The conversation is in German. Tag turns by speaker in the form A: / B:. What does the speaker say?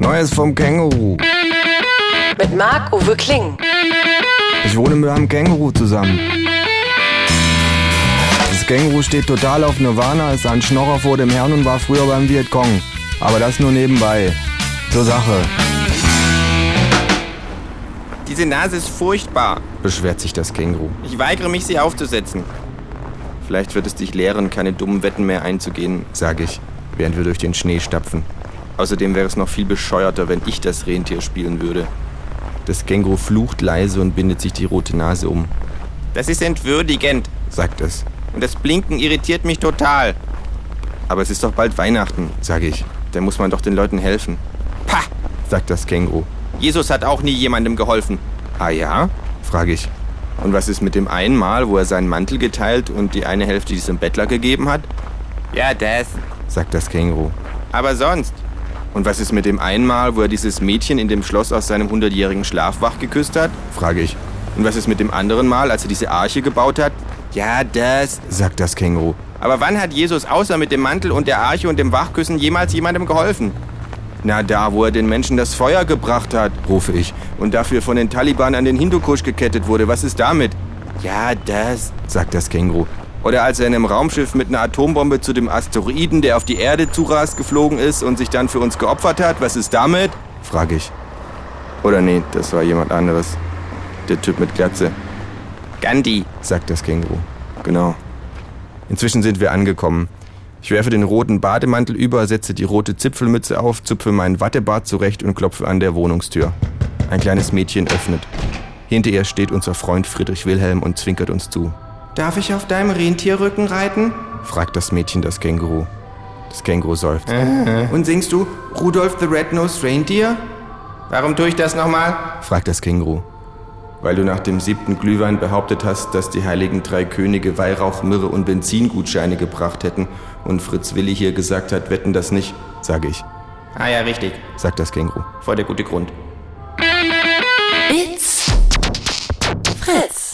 A: Neues vom Känguru.
B: Mit Marc-Uwe Kling.
A: Ich wohne mit einem Känguru zusammen. Das Känguru steht total auf Nirvana, ist ein Schnorrer vor dem Herrn und war früher beim Vietcong. Aber das nur nebenbei. Zur Sache.
C: Diese Nase ist furchtbar.
A: Beschwert sich das Känguru.
C: Ich weigere mich, sie aufzusetzen. Vielleicht wird es dich lehren, keine dummen Wetten mehr einzugehen, sage ich, während wir durch den Schnee stapfen. Außerdem wäre es noch viel bescheuerter, wenn ich das Rentier spielen würde. Das Känguru flucht leise und bindet sich die rote Nase um,
D: Das ist entwürdigend.
C: sagt es.
D: Und das Blinken irritiert mich total.
C: Aber es ist doch bald Weihnachten, sage ich. Da muss man doch den Leuten helfen,
D: Pah!
C: sagt das Känguru.
D: Jesus hat auch nie jemandem geholfen.
C: Ah ja? frage ich. Und was ist mit dem einen Mal, wo er seinen Mantel geteilt und die eine Hälfte diesem Bettler gegeben hat?
D: Ja, das.
C: sagt das Känguru.
D: Aber sonst.
C: Und was ist mit dem einen Mal, wo er dieses Mädchen in dem Schloss aus seinem hundertjährigen Schlaf wach geküsst hat? frage ich. Und was ist mit dem anderen Mal, als er diese Arche gebaut hat?
D: Ja, das.
C: sagt das Känguru.
D: Aber wann hat Jesus außer mit dem Mantel und der Arche und dem Wachküssen jemals jemandem geholfen?
C: Na da, wo er den Menschen das Feuer gebracht hat, rufe ich, und dafür von den Taliban an den Hindukusch gekettet wurde. Was ist damit?
D: Ja, das.
C: sagt das Känguru. Oder als er in einem Raumschiff mit einer Atombombe zu dem Asteroiden, der auf die Erde zurast, geflogen ist und sich dann für uns geopfert hat. Was ist damit? frage ich. Oder nee, das war jemand anderes. Der Typ mit Glatze,
D: Gandhi.
C: sagt das Känguru. Genau. Inzwischen sind wir angekommen. Ich werfe den roten Bademantel über, setze die rote Zipfelmütze auf, zupfe meinen Wattebart zurecht und klopfe an der Wohnungstür. Ein kleines Mädchen öffnet. Hinter ihr steht unser Freund Friedrich Wilhelm und zwinkert uns zu.
D: Darf ich auf deinem Rentierrücken reiten?
C: fragt das Mädchen das Känguru. Das Känguru seufzt.
D: Äh. Und singst du Rudolph the Red-Nosed Reindeer? Warum tue ich das nochmal?
C: fragt das Känguru. Weil du nach dem siebten Glühwein behauptet hast, dass die heiligen drei Könige Weihrauch, Myrrhe und Benzingutscheine gebracht hätten und Fritz Willi hier gesagt hat, wetten das nicht, sage ich,
D: Ah ja, richtig.
C: sagt das Känguru.
D: Voll der gute Grund.
E: It's Fritz.